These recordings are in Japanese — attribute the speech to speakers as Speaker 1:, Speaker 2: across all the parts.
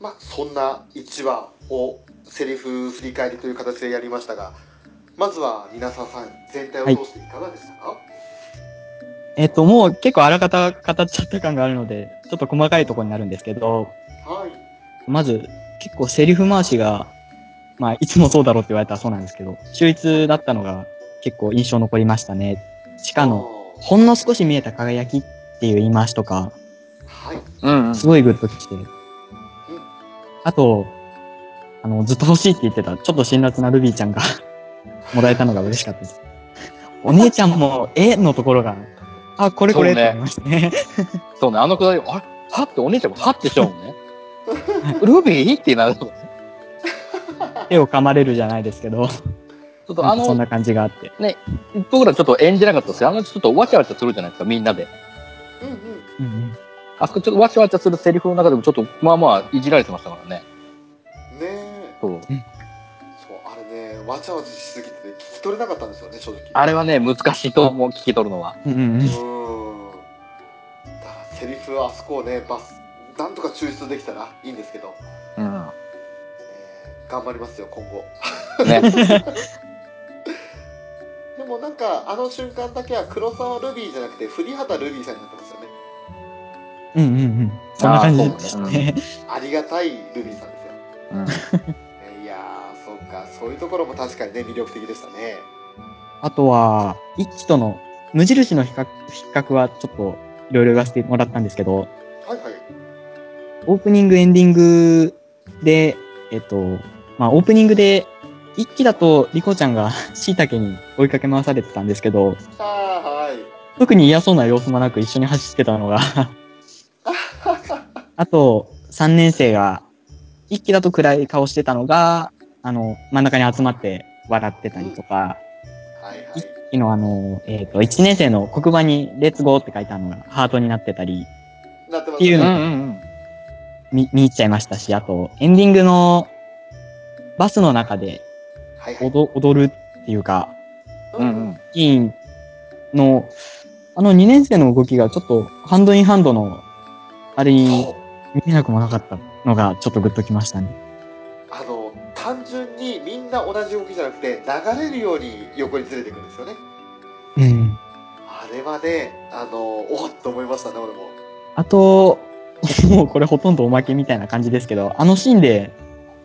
Speaker 1: まあ、そんな1話をセリフ振り返りという形でやりましたがまずは皆さんさん全体を通していかがでしたか、
Speaker 2: えっと、もう結構あらかた語っちゃった感があるので、ちょっと細かいところになるんですけど、
Speaker 1: はい、
Speaker 2: まず結構セリフ回しが、まあ、いつもそうだろうって言われたらそうなんですけど、秀逸だったのが結構印象残りましたね。しかも、ほんの少し見えた輝きっていう言い回しとか、
Speaker 1: はい
Speaker 3: うん、うん。
Speaker 2: すごいグッときて。あと、あの、ずっと欲しいって言ってた、ちょっと辛辣なルビーちゃんが、 もらえたのが嬉しかったです。お姉ちゃんも、えのところが、あ、これこれって
Speaker 3: そうね
Speaker 2: 思いましたね。
Speaker 3: そうね、あのくだりも、あれはってお姉ちゃんもはってしちゃうもん ね。ルビーってなるほど。ち
Speaker 2: 手を噛まれるじゃないですけど、
Speaker 3: ょっと
Speaker 2: な
Speaker 3: あ
Speaker 2: んかそん
Speaker 3: の、
Speaker 2: な感じがあって。
Speaker 3: 僕らちょっと演じなかったですけど、あのちょっとわちゃわちゃするじゃないですか、みんなで。
Speaker 1: うんうん
Speaker 2: うんうん
Speaker 3: あそこちょっとわちゃわちゃするセリフの中でもちょっと、まあまあ、いじられてましたからね。
Speaker 1: ねえ
Speaker 3: そう。
Speaker 1: そうあれねわちゃわちゃしすぎてね聞き取れなかったんですよね正直
Speaker 3: あれはね、難しいと思う、聞き取るのは。
Speaker 2: うんうん
Speaker 1: う
Speaker 2: うん
Speaker 1: ーんだからセリフあそこをねバスなんとか抽出できたらいいんですけど、
Speaker 3: うん。
Speaker 1: えー頑張りますよ今後
Speaker 3: ね。
Speaker 1: でもなんかあの瞬間だけは黒沢ルビーじゃなくて栗畑ルビーさんになってますよね
Speaker 2: うんうんうん。そんな感じですね。
Speaker 1: ありがたいルビーさんですよ
Speaker 3: うん
Speaker 1: ねいやーそっかそういうところも確かにね魅力的でしたね
Speaker 2: あとは、一期との、無印の比較、比較はちょっと、いろいろ言わせてもらったんですけど、
Speaker 1: はいはい
Speaker 2: オープニング、エンディングで、えっと、まあ、オープニングで、一期だと、リコちゃんが 椎茸に追いかけ回されてたんですけど、
Speaker 1: ああはい
Speaker 2: 特に嫌そうな様子もなく一緒に走ってたのが、あと、3年生が、一期だと暗い顔してたのが、あの、真ん中に集まって笑ってたりとか、
Speaker 1: はいはい
Speaker 2: 昨日あの、えっ、と、1年生の黒板に、レッツゴーって書いてあるのがハートになってたり、
Speaker 1: なってます
Speaker 2: っていううん
Speaker 3: う
Speaker 1: ね
Speaker 3: ん
Speaker 2: 見、見入っちゃいましたし、あと、エンディングの、バスの中で
Speaker 1: はいはい
Speaker 2: 踊踊るっていうか、
Speaker 3: うん。うんうん。
Speaker 2: 委員の、あの2年生の動きがちょっと、ハンドインハンドの、あれに
Speaker 1: そう
Speaker 2: 見えなくもなかったのが、ちょっとグッときましたね。
Speaker 1: あの単純にみんな同じ動きじゃなくて流れるように横にずれていくんですよね
Speaker 2: うん。
Speaker 1: あれはねあのおっと思いましたね俺も
Speaker 2: あと、もうこれほとんどおまけみたいな感じですけど、あのシーンで、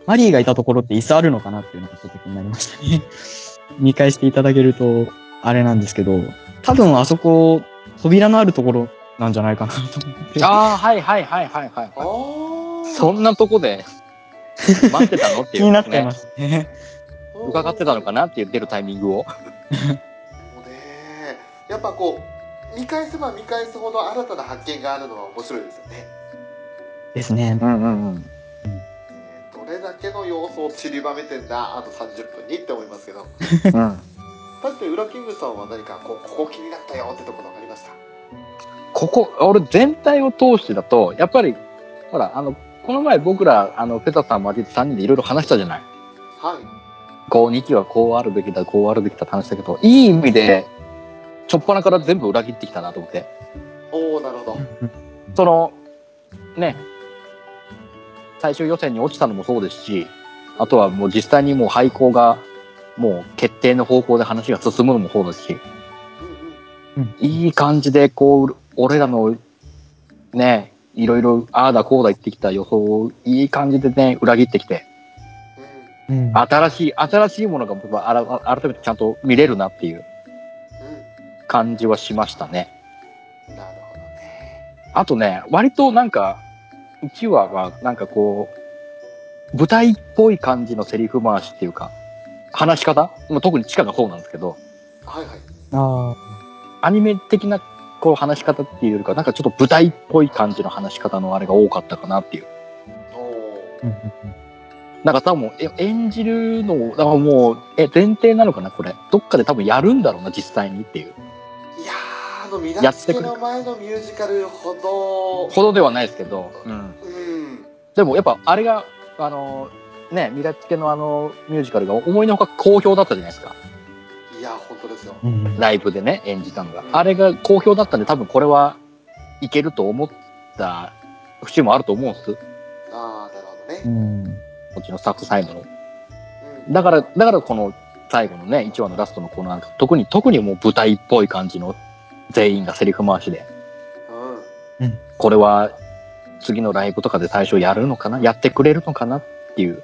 Speaker 2: マリーがいたところって椅子あるのかなっていうのがちょっと気になりましたね。見返していただけると、あれなんですけど、多分あそこ、扉のあるところなんじゃないかなと思って。
Speaker 3: ああ、はいはいはいはいはいは
Speaker 1: ああ
Speaker 3: い。そんなと こで、待ってたのってい
Speaker 2: 気
Speaker 3: う、
Speaker 2: になっちゃいますね。
Speaker 3: 伺ってたのか
Speaker 1: な
Speaker 3: なっていう出るタイミングを。
Speaker 1: もうねやっぱこう見返せば見返すほど新たな発見があるのは面白いですよね
Speaker 2: ですね。
Speaker 3: うんうんうん。
Speaker 1: えーどれだけの要素を散りばめてんだあと30分にって思いますけど
Speaker 3: うん。
Speaker 1: 確かに裏キングさんは何かこうここ気になったよってところがありました
Speaker 3: ここ、俺全体を通してだと、やっぱり、ほら、あの、この前僕ら、あの、ペタさんもあてて3人でいろいろ話したじゃない。
Speaker 1: はい
Speaker 3: こう、2期はこうあるべきだ、こうあるべきだって話したけど、いい意味で、ちょっぱなから全部裏切ってきたなと思って。
Speaker 1: おおなるほど
Speaker 3: その、ね、最終予選に落ちたのもそうですし、あとはもう実際にもう廃校が、もう決定の方向で話が進むのもそうですし、
Speaker 1: うん
Speaker 3: いい感じで、こう、俺らの、ね、いろいろ、ああだこうだ言ってきた予想を、いい感じでね、裏切ってきて、
Speaker 1: うんうん
Speaker 2: うん
Speaker 3: 新しい、新しいものが僕はあら改めてちゃんと見れるなっていう感じはしましたね。
Speaker 1: うんなるほどね
Speaker 3: あとね、割となんか、1話はなんかこう、舞台っぽい感じのセリフ回しっていうか、話し方まあ特に地下がそうなんですけど、
Speaker 1: はいはい
Speaker 2: あ
Speaker 3: アニメ的なこう話し方っていうよりか、なんかちょっと舞台っぽい感じの話し方のあれが多かったかなっていう。
Speaker 1: おお
Speaker 2: ーうん
Speaker 3: なんか多分、え演じるのを、だからもう、え、前提なのかなこれ。どっかで多分やるんだろうな、実際にっていう。
Speaker 1: いやーあの見
Speaker 3: や
Speaker 1: 出
Speaker 3: っ
Speaker 1: して
Speaker 3: くれ
Speaker 1: の前のミュージカルほど
Speaker 3: ほどではないですけど、うん。
Speaker 1: うん
Speaker 3: でもやっぱあれが、あの、ね、ミラつけのあの、ミュージカルが思いのほか好評だったじゃないですか。
Speaker 1: いや本当ですよ
Speaker 2: うんうん
Speaker 3: ライブでね、演じたのが
Speaker 1: う。ん
Speaker 3: あれが好評だったんで、多分これはいけると思った節もあると思うんです。
Speaker 1: ああなるほどね
Speaker 2: う。ん。
Speaker 3: こっちのスタッフ最後の。
Speaker 1: うん
Speaker 3: だから、だからこの最後のね、1話のラストのこのなんか、特に、特にもう舞台っぽい感じの全員がセリフ回しで、
Speaker 1: うん。
Speaker 3: これは次のライブとかで最初やるのかなやってくれるのかなっていう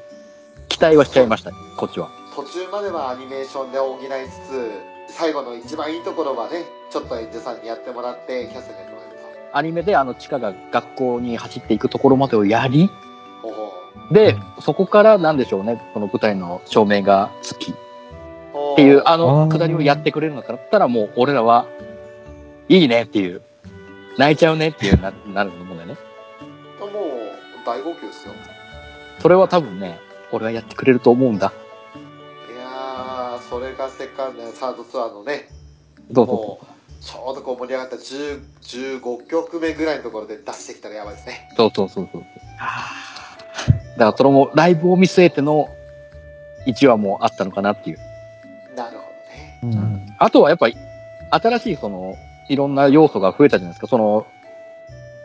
Speaker 3: 期待はしちゃいましたね、こっちは。
Speaker 1: 途中まではアニメーションで補いつつ最後の一番いいところはねちょっと演者さんにやってもらってキャストにやってもらえる
Speaker 3: アニメであの、地下が学校に走っていくところまでをやり、
Speaker 1: とほう
Speaker 3: で、そこからなんでしょうね、この舞台の照明がつきっ
Speaker 1: ほう
Speaker 3: ていう、あの
Speaker 2: あー
Speaker 3: くだりをやってくれるのかだったら、もう俺らは、いいねっていう、泣いちゃうねっていうななると思うんだよね。
Speaker 1: もう大号泣ですよ
Speaker 3: それは多分ね、俺はやってくれると思うんだ。
Speaker 1: いやーそれがセカンドサードツアーのね
Speaker 3: どうぞ。
Speaker 1: もうちょうどこう盛り上がった10 15曲目ぐらいのところで出してきたらやばいですね
Speaker 3: そうそうそうそう。だからそれもライブを見据えての1話もあったのかなっていう。
Speaker 1: なるほどね
Speaker 2: うん。
Speaker 3: あとはやっぱり新しいそのいろんな要素が増えたじゃないですか。その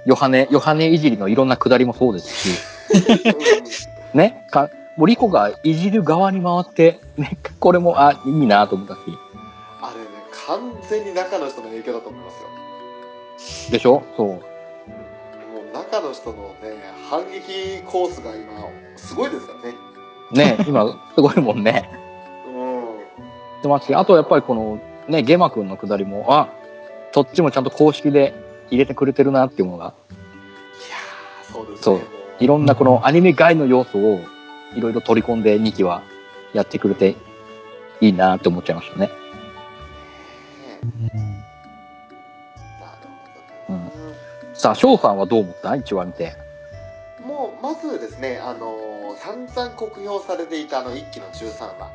Speaker 3: ヨハネ、ヨハネいじりのいろんなくだりもそうですし、
Speaker 1: う
Speaker 3: ね。かもうリコがいじる側に回って、ね、これも、あ、いいなと思ったし。
Speaker 1: んあれね完全に中の人の影響だと思いますよ
Speaker 3: でしょそう。
Speaker 1: もう中の人のね反撃コースが今すごいですからね
Speaker 3: ね、今、すごいもんね。
Speaker 1: うん
Speaker 3: やってますし、あとやっぱりこの、ね、ゲマくんのくだりも、あ、そっちもちゃんと公式で入れてくれてるなっていうものが、
Speaker 1: いやーそうですね。
Speaker 3: そう
Speaker 1: も
Speaker 3: いろんなこのアニメ外の要素をいろいろ取り込んで2期はやってくれていいなって思っちゃいましたね。
Speaker 1: ねなるほどね
Speaker 3: さあ、翔さんはどう思った ?1 話見て。
Speaker 1: もう、まずですね、あのー散々酷評されていたあの1期の13話。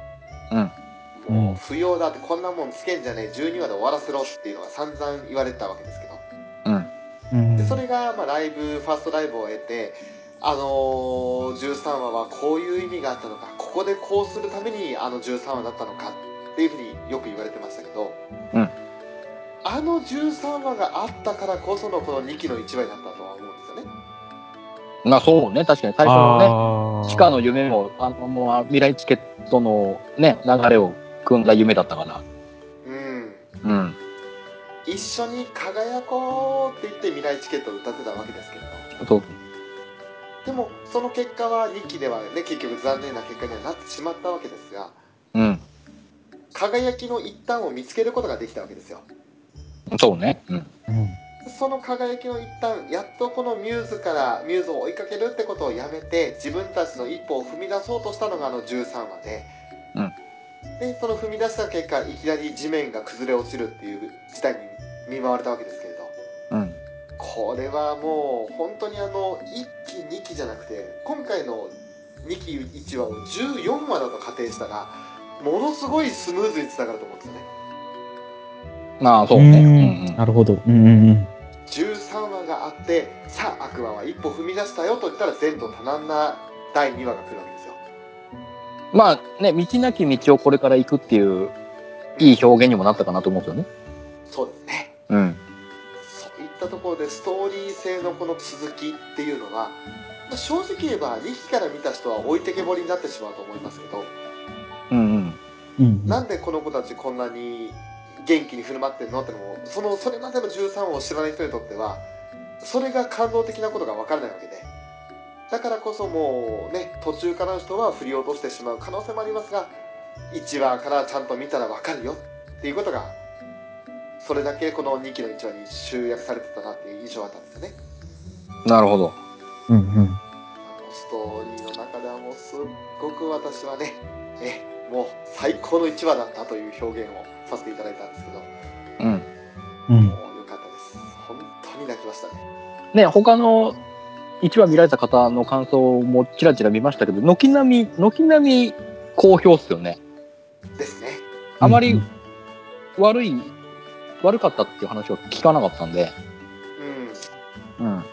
Speaker 3: うん。
Speaker 1: もう、不要だって、こんなもんつけんじゃねえ、12話で終わらせろっていうのが散々言われてたわけですけど。
Speaker 3: うん。
Speaker 2: うん。
Speaker 1: でそれが、まあ、ライブファーストライブを終えて、あのー13話はこういう意味があったのかここでこうするためにあの13話だったのかっていうふうによく言われてましたけど、
Speaker 3: うん
Speaker 1: あの13話があったからこそのこの2期の1話だったとは思うんですよね。
Speaker 3: まあそうね、確かに最初のね、地下の夢も、あの、もう未来チケットのね、流れを組んだ夢だったか
Speaker 1: うん
Speaker 3: ら。うん。
Speaker 1: 一緒に輝こうって言って未来チケットを歌ってたわけですけれど
Speaker 3: そう。
Speaker 1: でもその結果は2期ではね結局残念な結果にはなってしまったわけですが
Speaker 3: うん。
Speaker 1: 輝きの一端を見つけることができたわけですよ。
Speaker 3: そうね。うん。
Speaker 2: うん。
Speaker 1: その輝きの一端やっとこのミューズからミューズを追いかけるってことをやめて自分たちの一歩を踏み出そうとしたのがあの13話で、
Speaker 3: うん
Speaker 1: でその踏み出した結果いきなり地面が崩れ落ちるっていう事態に見舞われたわけですけれど
Speaker 3: うん。
Speaker 1: これはもう本当にあの1期2期じゃなくて今回の2期1話を14話だと仮定したらものすごいスムーズにつながると思うんですよね。
Speaker 3: まあそうね。
Speaker 2: んなるほど。うんうんうん。
Speaker 1: 13話があってさあ悪魔は一歩踏み出したよと言ったら前途多難な第2話が来るわけですよ
Speaker 3: まあね、道なき道をこれから行くっていう、いい表現にもなったかなと思うんですよね。
Speaker 1: そうですね
Speaker 3: うん。
Speaker 1: そういったところでストーリー性のこの続きっていうのはまあ正直言えば2期から見た人は置いてけぼりになってしまうと思いますけど
Speaker 3: うんうん。
Speaker 2: うん
Speaker 1: なんでこの子たちこんなに元気に振る舞ってるのってのもそのそれまでの13話を知らない人にとってはそれが感動的なことが分からないわけでだからこそもうね途中からの人は振り落としてしまう可能性もありますが1話からちゃんと見たら分かるよっていうことがそれだけこの2期の1話に集約されてたなっていう印象があったんですよね
Speaker 3: なるほど。
Speaker 2: うんうん。
Speaker 1: あのストーリーの中ではもうすっごく私はねえもう最高の1話だったという表現をさせていただいたんですけど
Speaker 3: うん。
Speaker 2: うん。
Speaker 1: もう良かったです。本当に泣きましたね。
Speaker 3: ね、他の1話見られた方の感想もちらちら見ましたけど、軒並み、軒並み好評っすよね。
Speaker 1: ですね。
Speaker 3: あまり
Speaker 2: うん
Speaker 3: 悪い、悪かったっていう話を聞かなかったんで。
Speaker 1: うん。
Speaker 3: うん。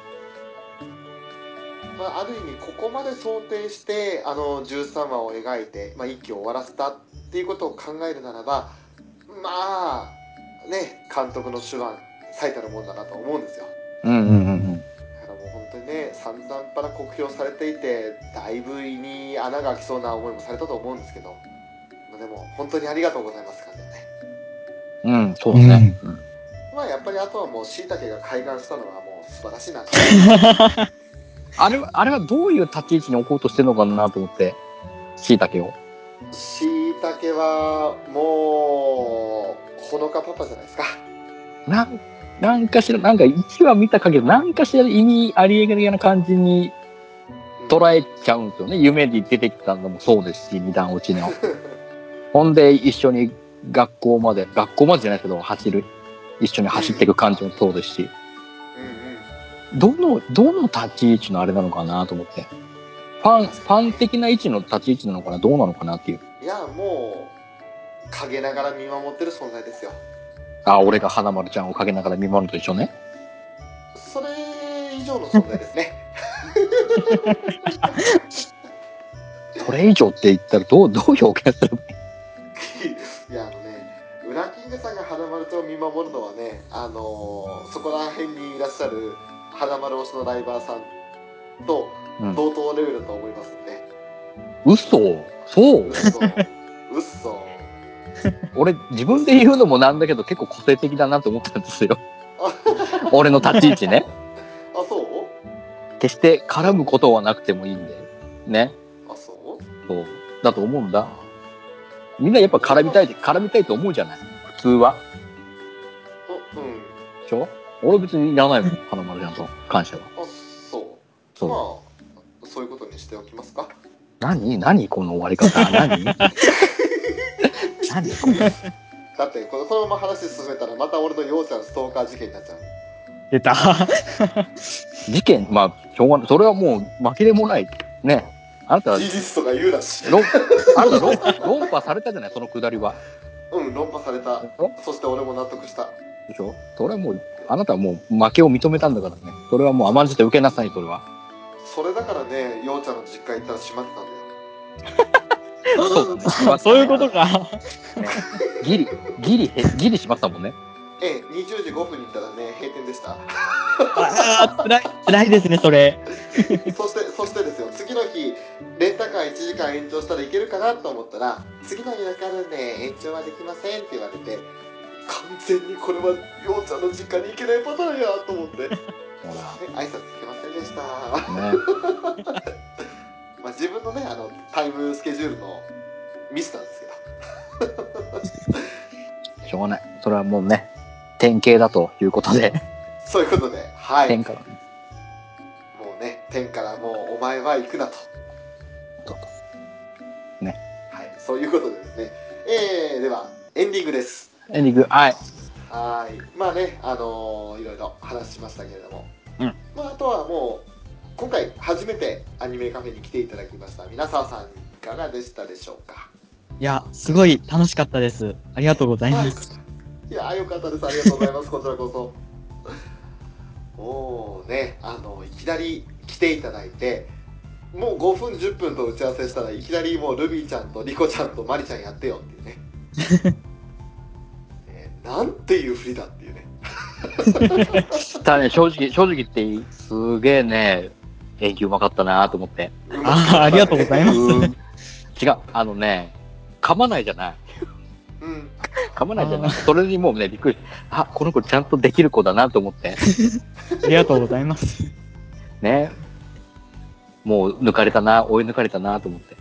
Speaker 1: まあ、ある意味、ここまで想定して、あの、13話を描いて、まあ、一期を終わらせたっていうことを考えるならば、まあ、ね、監督の手腕、最たるもんだなと思うんですよ。
Speaker 3: うんうんうん
Speaker 1: だからもう本当にね、ね散々パラ酷評されていてだいぶ胃に穴が開きそうな思いもされたと思うんですけど、まあ、でも本当にありがとうございます感じだね
Speaker 3: うん、そうですね。うん
Speaker 1: まあやっぱりあとはもうしいたけが開眼したのはもう素晴らしいなと
Speaker 3: あれは、あれはどういう立ち位置に置こうとしてるのかなと思って、椎茸を。
Speaker 1: しいたけはもうほのかパパじゃないですか
Speaker 3: なん、なんかしら、なんか1話見た限り、なんかしら意味ありえげな感じに捉えちゃうんですよね。夢に出てきたのもそうですし、二段落ちの。ほんで、一緒に学校まで、学校までじゃないですけど、走る。一緒に走っていく感じもそうですし、
Speaker 1: うんうん
Speaker 3: どの、どの立ち位置のあれなのかなと思って。ファン、ファン的な位置の立ち位置なのかな、どうなのかなっていう。
Speaker 1: いやもう陰ながら見守ってる存在ですよ
Speaker 3: あ、俺が花丸ちゃんをかけながら見守ると一緒ね。
Speaker 1: それ以上の存在ですね
Speaker 3: それ以上って言ったらどう、どう表現する
Speaker 1: いやあのねウラキングさんが花丸と見守るのはねあのーそこら辺にいらっしゃる花丸推しのライバーさんと
Speaker 3: うん
Speaker 1: 同等レベルだと思いますんで、
Speaker 3: 嘘そう
Speaker 1: 嘘嘘
Speaker 3: 俺自分で言うのもなんだけど結構個性的だなと思ったんですよ俺の立ち位置ね
Speaker 1: あそう
Speaker 3: 決して絡むことはなくてもいいんでね
Speaker 1: あそう
Speaker 3: そうだと思うんだみんなやっぱ絡みたい絡みたいと思うじゃない普通は
Speaker 1: ううん
Speaker 3: でしょ俺別にいらないもん花丸ちゃんと感謝は
Speaker 1: あそ
Speaker 3: そうう
Speaker 1: まあそういうことにしておきますか
Speaker 3: 何何この終わ り方何何
Speaker 1: だってこのこのまま話進めたらまた俺のようちゃんストーカー事件になっちゃう
Speaker 2: 出た。
Speaker 3: 事件まあしょうがないそれはもう負けでもないねあなた
Speaker 1: 事実とか言うなし
Speaker 3: 論あなた論論破されたじゃないそのくだりは
Speaker 1: うん論破されたそして俺も納得した
Speaker 3: でしょそれはもう、あなたはもう負けを認めたんだからね。それはもう甘んじて受けなさい、それ は。
Speaker 1: それだからねようちゃんの実家行ったら閉まってたんだよ
Speaker 3: そう
Speaker 2: そういうこと。か。
Speaker 3: ギリ、ギリ、ギリしましたもんね。
Speaker 1: ええ20時5分に行ったらね閉店でした
Speaker 2: ああ、 辛い、辛いですね、それ。
Speaker 1: そしてそしてですよ次の日レンタカー1時間延長したらいけるかなと思ったら次の予約あるんで延長はできませんって言われて完全にこれはようちゃんの実家に行けないパターンやと思って、ね、
Speaker 3: ほ
Speaker 1: 挨拶できませんでした、 ま
Speaker 3: ら。ね。
Speaker 1: あ、自分のねあのタイムスケジュールのミスなんですけど
Speaker 3: しょうがない。それはもうね、典型だということで。
Speaker 1: そういうことではい
Speaker 3: 天下だ
Speaker 1: もうね天からもうお前は行くなと
Speaker 3: と
Speaker 1: はいそういうことでですねえー、ではエンディングです
Speaker 3: エンディング、はい。
Speaker 1: はーいまあねあのーいろいろ話しましたけれども、
Speaker 2: うん
Speaker 1: まあ、あとはもう今回初めてアニメカフェに来ていただきました皆沢さんいかがでしたでしょうか
Speaker 2: いや、すごい楽しかったです。ありがとうございます。
Speaker 1: いやーよかったですありがとうございますこちらこそもうねあのいきなり来ていただいてもう5分10分と打ち合わせしたらいきなりもうルビーちゃんとリコちゃんとマリちゃんやってよっていうね ねなんていうふりだっていうね
Speaker 3: ただね、正直、正直言っていいすげえね、演技うまかったなと思って。
Speaker 1: うま
Speaker 2: ああ、ありがとうございます。
Speaker 3: うん違う、あのね、噛まないじゃない。
Speaker 1: うん
Speaker 3: 噛まないじゃない。それにもうね、びっくり。あ、この子ちゃんとできる子だなと思って。
Speaker 2: ありがとうございます。
Speaker 3: ね。もう抜かれたな、追い抜かれたなと思って。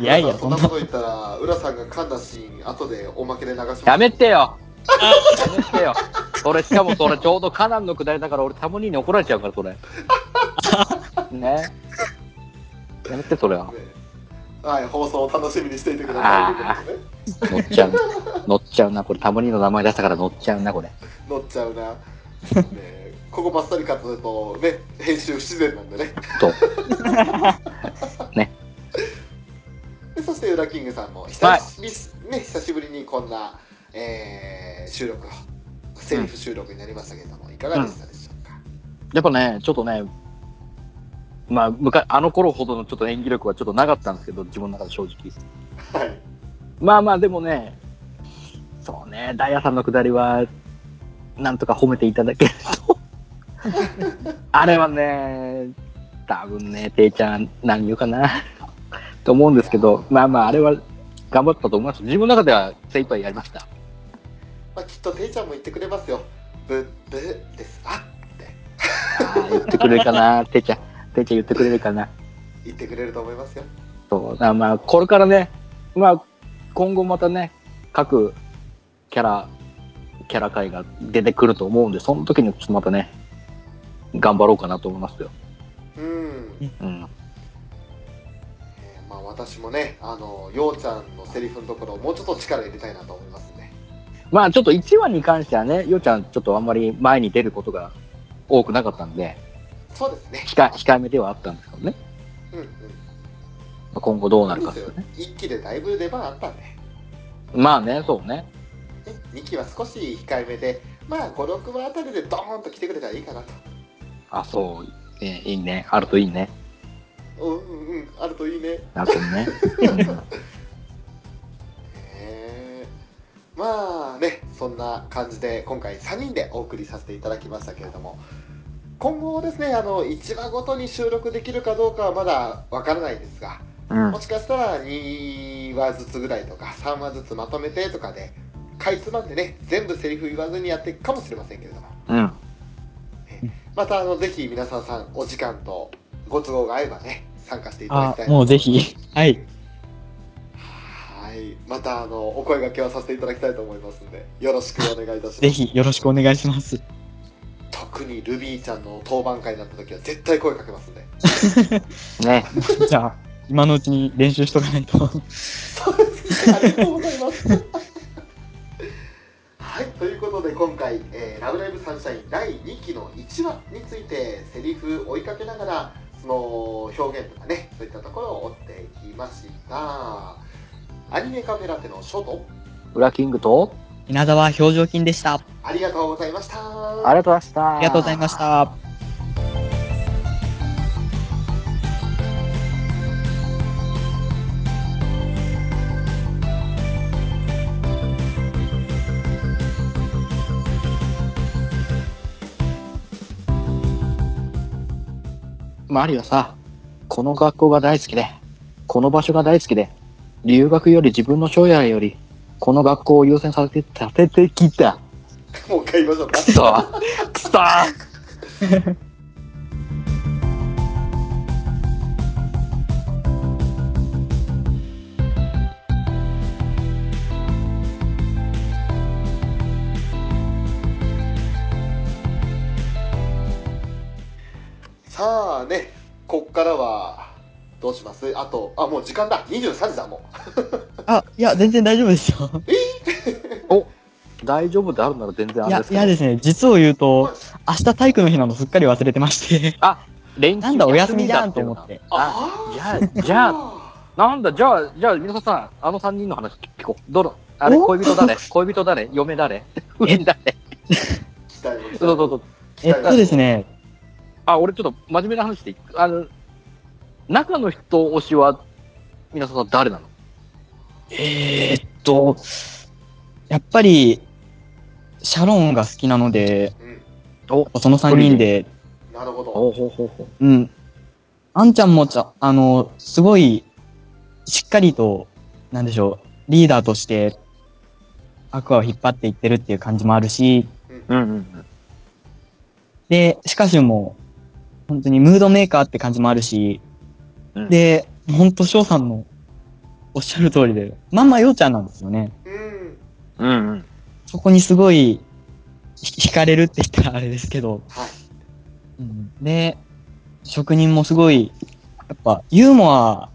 Speaker 2: いやいや、
Speaker 1: そ
Speaker 2: そ
Speaker 1: ん
Speaker 2: ん
Speaker 1: な
Speaker 2: な
Speaker 1: こ。と言ったら、浦さんが噛んだシーン、後でおまけで流します。
Speaker 3: やめてよやめてよそれしかもそれちょうどカナンの下りだから俺タモニーに怒られちゃうからそれ。ね。やめてそれは。
Speaker 1: はい、放送を楽しみにしていてくださいということでね。
Speaker 3: 乗っちゃう。乗っちゃうな。これタモニーの名前出したから乗っちゃうな、これ。
Speaker 1: 乗っちゃうな。ねここばっさりカットすると、ね、編集不自然なんでね。
Speaker 3: そう。
Speaker 1: でそして、裏キングさんも久し,、ね、久しぶりにこんな、えー収録を、セリフ収録になりましたけれども、いかがでしたでしょうか。
Speaker 3: やっぱね、ちょっとね、まあ、昔、あの頃ほどのちょっと演技力はちょっとなかったんですけど、自分の中で正直。
Speaker 1: はい。
Speaker 3: まあまあでもね、そうね、ダイヤさんのくだりは、なんとか褒めていただけると。あれはね、多分ね、ていちゃん何言うかなと思うんですけど、まあまあ、あれは頑張ったと思います。自分の中では精一杯やりました。
Speaker 1: まあ、きっとていちゃんも言ってくれますよぶぶですあって
Speaker 3: ああ、言ってくれるかな、ていちゃん。ていちゃん言ってくれるかな。
Speaker 1: 言ってくれると思いますよ
Speaker 3: そうあまあこれからね、まあ、今後またね各キャラキャラ界が出てくると思うんでその時にちょっとまたね頑張ろうかなと思いますよ、
Speaker 1: うん、え
Speaker 3: うん、
Speaker 1: ーまあ私もねあのようちゃんのセリフのところをもうちょっと力入れたいなと思いますね
Speaker 3: まあちょっと1話に関してはねようちゃんちょっとあんまり前に出ることが多くなかったんで
Speaker 1: そうですね
Speaker 3: 控え控えめではあったんですけどね
Speaker 1: うんうん
Speaker 3: まあ今後どうなる
Speaker 1: そ
Speaker 3: か
Speaker 1: う
Speaker 3: っす
Speaker 1: です
Speaker 3: よ
Speaker 1: よ
Speaker 3: ね
Speaker 1: 一期でだいぶ出番あったんで
Speaker 3: まあねそうね
Speaker 1: 2期は少し控えめでまあ56話あたりでドーンと来てくれたらいいかなと
Speaker 3: あそういいいいねあるといいね
Speaker 1: うんうんうんあるといいね
Speaker 3: あるといいね
Speaker 1: へーまあねそんな感じで今回3人でお送りさせていただきましたけれども今後ですねあの1話ごとに収録できるかどうかはまだわからないですが
Speaker 3: うん
Speaker 1: もしかしたら2話ずつぐらいとか3話ずつまとめてとかでかいつまんでね全部セリフ言わずにやっていくかもしれませんけれども
Speaker 3: うん
Speaker 1: またあのぜひ皆さんさんお時間とご都合が合えばね参加していただ
Speaker 2: あ
Speaker 1: きたいな
Speaker 2: もうぜひ。はい。
Speaker 1: はいまたあのお声掛けをさせていただきたいと思いますんでよろしくお願いいたします
Speaker 2: ぜひよろしくお願いします。
Speaker 1: 特にルビーちゃんの当番会になった時は絶対声かけますんで
Speaker 3: ね
Speaker 2: じゃあ、今のうちに練習しとかないと。
Speaker 1: そうですねありがとうございます はいということで今回「えーラブライブサンシャイン」第2期の1話についてセリフ追いかけながらその表現とかねそういったところを追っていきましたアニメカフェラテのショート
Speaker 3: 裏キングと
Speaker 2: 稲沢表情筋でした。
Speaker 1: ありがとうございました
Speaker 3: ありがとうございました
Speaker 2: ありがとうございました。
Speaker 3: マリはさ、この学校が大好きで、この場所が大好きで、留学より自分の将来より、この学校を優先させて、させてきた。
Speaker 1: もう一回言いましょうか
Speaker 3: くそくそ
Speaker 1: さあねこっからはどうしますあとあもう時間だ23時だもう
Speaker 2: あ、いや、全然大丈夫ですよ。
Speaker 3: お、大丈夫であるなら全然あ
Speaker 2: い
Speaker 3: れ
Speaker 2: や
Speaker 3: で、す
Speaker 2: い
Speaker 3: け
Speaker 2: や
Speaker 3: ど。
Speaker 2: ですね、実を言うと、明日体育の日なのすっかり忘れてまして、
Speaker 3: 練習
Speaker 2: なんだお休みじゃんと思って。
Speaker 3: あ、
Speaker 1: あ
Speaker 3: じゃあ、じゃあ、なんだ、じゃあ、じゃあ、皆さん、あの三人の話聞こう。どの、あれ、
Speaker 2: お
Speaker 3: 恋人誰恋人誰 嫁誰不倫 誰
Speaker 1: 期待も期待
Speaker 3: そうそうそう。
Speaker 2: えっとですね、
Speaker 3: あ、俺ちょっと真面目な話でいい、あの、中の人推しは、皆さん誰なの
Speaker 2: えーっと、やっぱり、シャロンが好きなので、
Speaker 1: うん
Speaker 3: お、
Speaker 2: その3人で、
Speaker 1: なるほど
Speaker 3: おほうほうほう。
Speaker 2: うん。あんちゃんもちゃ、あの、すごい、しっかりと、なんでしょう、リーダーとして、アクアを引っ張っていってるっていう感じもあるし、
Speaker 3: うんうんうん。
Speaker 2: で、しかしも、本当にムードメーカーって感じもあるし、
Speaker 3: うん
Speaker 2: で、本当翔さんのおっしゃる通りで、まんまようちゃんなんですよね。
Speaker 1: うん
Speaker 3: うんうん。
Speaker 2: そこにすごい、ひ惹かれるって言ったらあれですけど、
Speaker 1: はい
Speaker 2: うんで、職人もすごい、やっぱユーモア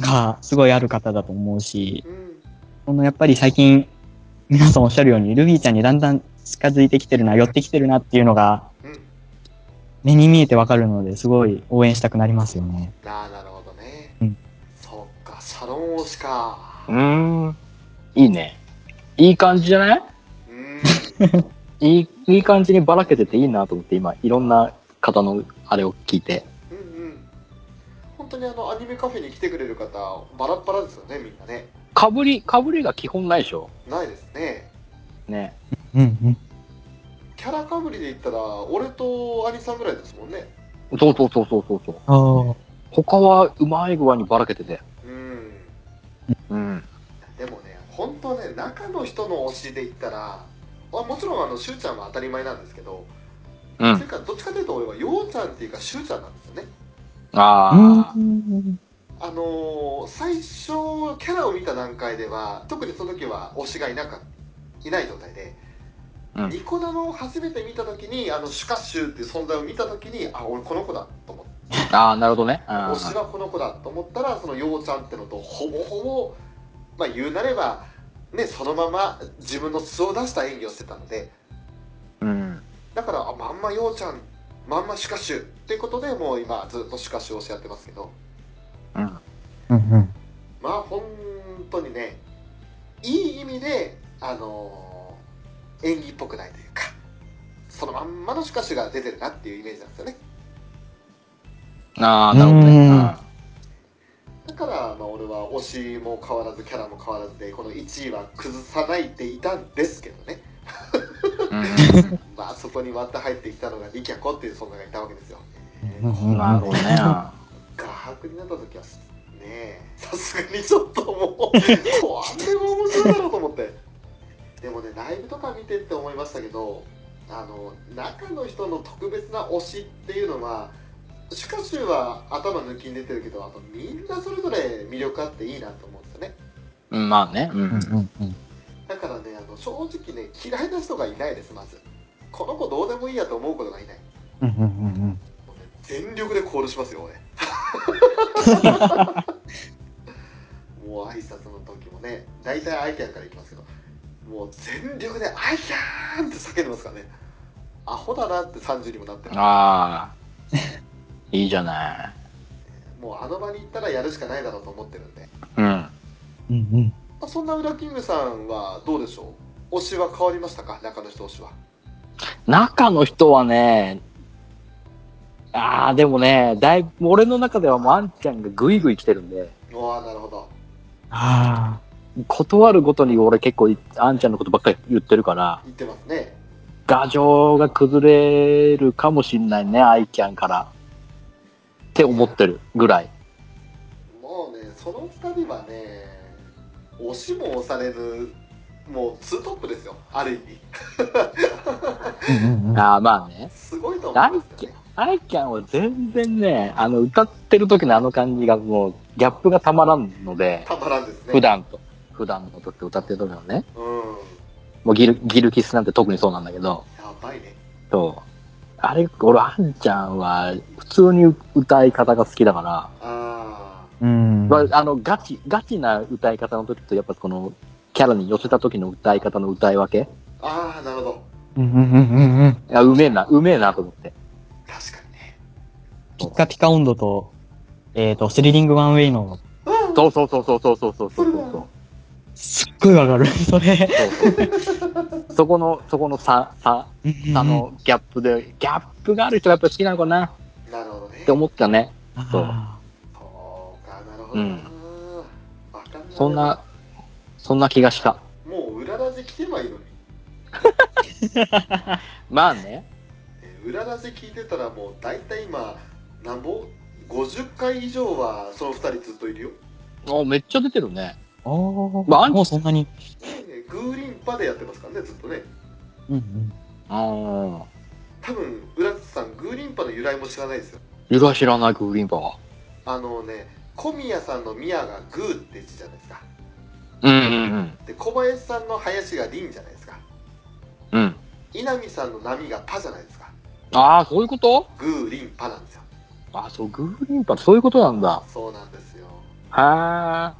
Speaker 2: がすごいある方だと思うし、
Speaker 1: うん
Speaker 2: このやっぱり最近、皆さんおっしゃるように、ルビーちゃんにだんだん近づいてきてるな、寄ってきてるなっていうのが、
Speaker 1: うん
Speaker 2: 目に見えてわかるので、すごい応援したくなりますよね。
Speaker 1: なあなるほどね、
Speaker 2: うん
Speaker 1: そっかシャロン推しか
Speaker 3: うーん。いいね。いい感じじゃない
Speaker 1: うん
Speaker 3: いい、いい感じにばらけてていいなと思って、今、いろんな方のあれを聞いて。
Speaker 1: うんうん本当にあのアニメカフェに来てくれる方バラッバラですよねみんなね
Speaker 3: かぶり、かぶりが基本ないでしょ
Speaker 1: ないですね
Speaker 3: ね。
Speaker 2: うんうん。
Speaker 1: キャラかぶりで言ったら俺とアニさんぐらいですもんね
Speaker 3: そうそうそうそうそうそう。
Speaker 2: ああ。
Speaker 3: 他はうまい具合にばらけてて。
Speaker 1: うん
Speaker 3: うん。
Speaker 1: でもね本当ね中の人の推しで言ったらあもちろんあのしゅうちゃんは当たり前なんですけど、
Speaker 3: う
Speaker 1: そ
Speaker 3: ん。
Speaker 1: れからどっちかというと俺はようちゃんっていうかしゅうちゃんなんですよね
Speaker 3: ああ。
Speaker 1: あのー最初キャラを見た段階では特にその時は推しがいなかいない状態で、
Speaker 3: うん
Speaker 1: ニコ生を初めて見た時にあのシュカシュウっていう存在を見た時にあ俺この子だと思って
Speaker 3: ああ、なるほどね。あ
Speaker 1: 推しはこの子だと思ったらそのようちゃんってのとほぼほぼまあ言うなればねそのまま自分の素を出した演技をしてたので
Speaker 3: うん。
Speaker 1: だからあまんまようちゃんまんまシュカシュウっていうことでもう今ずっとシュカシュウをしやってますけど
Speaker 3: うん。
Speaker 2: うんうん。
Speaker 1: まあ本当にねいい意味であのー演技っぽくないというかそのまんまのシュカシュウが出てるなっていうイメージなんですよね
Speaker 3: ああ、なるほどね。
Speaker 2: うん
Speaker 3: あ
Speaker 1: だから、まあ、俺は推しも変わらずキャラも変わらずでこの1位は崩さないでいたんですけどね
Speaker 3: ー
Speaker 1: まあそこに割って入ってきたのがリキャコっていう存在がいたわけですよ。
Speaker 3: う。
Speaker 2: うん
Speaker 3: なるほどね。あ
Speaker 1: 画伯になった時はねえさすがにちょっともうこれも面白いだろうと思ってでもねライブとか見てって思いましたけどあの中の人の特別な推しっていうのはシュカシュは頭抜きに出てるけどあとみんなそれぞれ魅力あっていいなと思うんですよね
Speaker 3: ーうん。まあね。う
Speaker 2: うん
Speaker 3: ん。
Speaker 2: うんうん。
Speaker 1: だからねあの正直ね嫌いな人がいないですまずこの子どうでもいいやと思うことがいない
Speaker 2: うんうんうんうん。
Speaker 1: もうね全力でコールします よ俺もう挨拶の時もね大体アイキャンから行きますけどもう全力で「アイキャン!」って叫んでますからねアホだなって30にもなってる
Speaker 3: ああ。いいじゃない。
Speaker 1: もうあの場に行ったらやるしかないだろうと思ってるんで、
Speaker 3: うん。
Speaker 2: うんうん。
Speaker 1: まあ、そんなウラキングさんはどうでしょう推しは変わりましたか中の人推しは
Speaker 3: 中の人はね、ああ、でもね、だいぶ、俺の中ではもうあんちゃんがぐいぐい来てるんで、
Speaker 1: ああなるほど
Speaker 2: あ
Speaker 3: 断るごとに俺結構あんちゃんのことばっかり言ってるから、
Speaker 1: 言ってますね
Speaker 3: 牙城が崩れるかもしんないね、アイキャンから。って思ってるぐらい。
Speaker 1: もうねその2人はね押しも押されぬもうツートップですよある意味
Speaker 2: あ。うんうんうん。
Speaker 3: ああ、まあね。
Speaker 1: すごいと思
Speaker 3: ア
Speaker 1: い
Speaker 3: イ
Speaker 1: ます
Speaker 3: キャ
Speaker 1: よ
Speaker 3: ン
Speaker 1: ね、
Speaker 3: アイキャンは全然ね、あの、歌ってる時のあの感じがもう、ギャップがたまらんので、
Speaker 1: たまらんですね
Speaker 3: 普段と、普段の時と歌ってる時のね、
Speaker 1: うん
Speaker 3: もうギル、ギルキスなんて特にそうなんだけど、
Speaker 1: やばいね
Speaker 3: そう。あれ、俺、あんちゃんは、普通に歌い方が好きだから、
Speaker 1: あ
Speaker 2: うん。
Speaker 3: まあ、あの、ガチ、ガチな歌い方の時と、やっぱこの、キャラに寄せた時の歌い方の歌い分け
Speaker 1: ーあーなるほど
Speaker 2: うんうんうんうんうん。
Speaker 3: いや、うめえな、うめえなと思って。
Speaker 1: 確かにね
Speaker 2: ピッカピカ温度と、えっ、と、スリリングワンウェイの、
Speaker 1: うん
Speaker 3: そうそうそうそうそうそうそうそうそう。
Speaker 2: すっごいわかる。 それ。
Speaker 3: そうそうそこの、そこの差、差、差のギャップで、ギャップがある人がやっぱ好きなのかな
Speaker 1: なるほどね
Speaker 3: って思ったね。
Speaker 2: うんうん、
Speaker 3: そう
Speaker 2: あ
Speaker 1: そうかなるほどな、
Speaker 3: うん
Speaker 1: わかんない
Speaker 3: そんな、そんな気がした。
Speaker 1: もう裏ラジ聞けばいいのに
Speaker 3: まあね。
Speaker 1: えー裏ラジ聞いてたらもう大体今なんぼ50回以上はその2人ずっといるよ
Speaker 3: おめっちゃ出てるね。
Speaker 2: ーあー。
Speaker 3: まああん
Speaker 2: もうそんなに。
Speaker 1: ねグーリンパでやってますからねずっとね
Speaker 2: うんうん。
Speaker 3: うん。
Speaker 1: 多分浦津さんグーリンパの由来も知らないですよ
Speaker 3: 由来知らないグリーンパワ
Speaker 1: あのね小宮さんの宮がグーって字じゃないですか
Speaker 3: ー。うんうん
Speaker 1: で小林さんの林がリンじゃないですか
Speaker 3: うん。うん。
Speaker 1: 稲見さんの波がパじゃないですか
Speaker 3: ああ、そういうこと
Speaker 1: グーリンパなんですよ
Speaker 3: あそう、グーリーンパ、そういうことなんだ。
Speaker 1: そうなんですよ
Speaker 3: は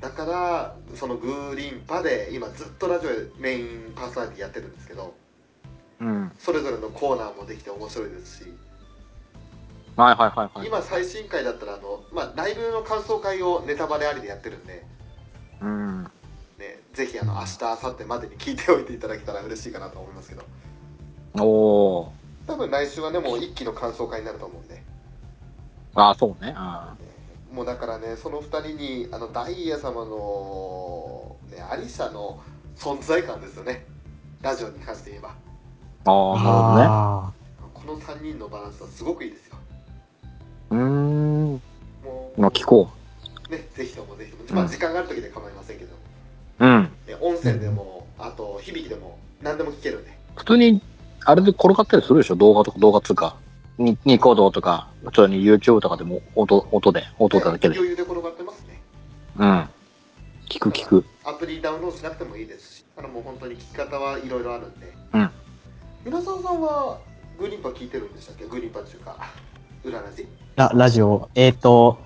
Speaker 1: だからそのグーリンパで今ずっとラジオでメインパーソナリティやってるんですけど
Speaker 3: ー。うん。
Speaker 1: それぞれのコーナーもできて面白いですし
Speaker 3: はいはいはいはい。
Speaker 1: 今最新回だったらあの、まあ、ライブの感想会をネタバレありでやってるんで
Speaker 3: うん。
Speaker 1: ね、ぜひあの明日明後日までに聞いておいていただけたら嬉しいかなと思いますけど
Speaker 3: おお。
Speaker 1: 多分来週はねもう一期の感想会になると思うんで
Speaker 3: ああ、そうね。あ
Speaker 1: もうだからねその2人にあのダイヤ様の、ね、アリシャの存在感ですよねラジオに関して言えば
Speaker 3: あー、なるほどね。
Speaker 2: あ
Speaker 1: この3人のバランスはすごくいいですよ
Speaker 3: うーん。
Speaker 1: もう
Speaker 3: まあ、聞こ
Speaker 1: ね、ぜひともぜひとも、まあ、時間がある時で構いませんけど、
Speaker 3: う。うん。
Speaker 1: ね、音声でも、あと響きでも、何でも聞けるんで、
Speaker 3: 普通に、あれで転がったりするでしょ動画とか、動画っつうか。ニニコ動とか、普通に YouTube とかでも音、音で、音だけで。
Speaker 1: 余裕で転がってますね。
Speaker 3: うん。聞く聞く。
Speaker 1: アプリダウンロードしなくてもいいですし、あのもう本当に聞き方はいろいろあるんで。
Speaker 3: うん
Speaker 1: 皆さんさんはグリンパ聞いてるんでしたっけ？グリンパ中か裏ラジ。
Speaker 2: ララジオ。えっ、と、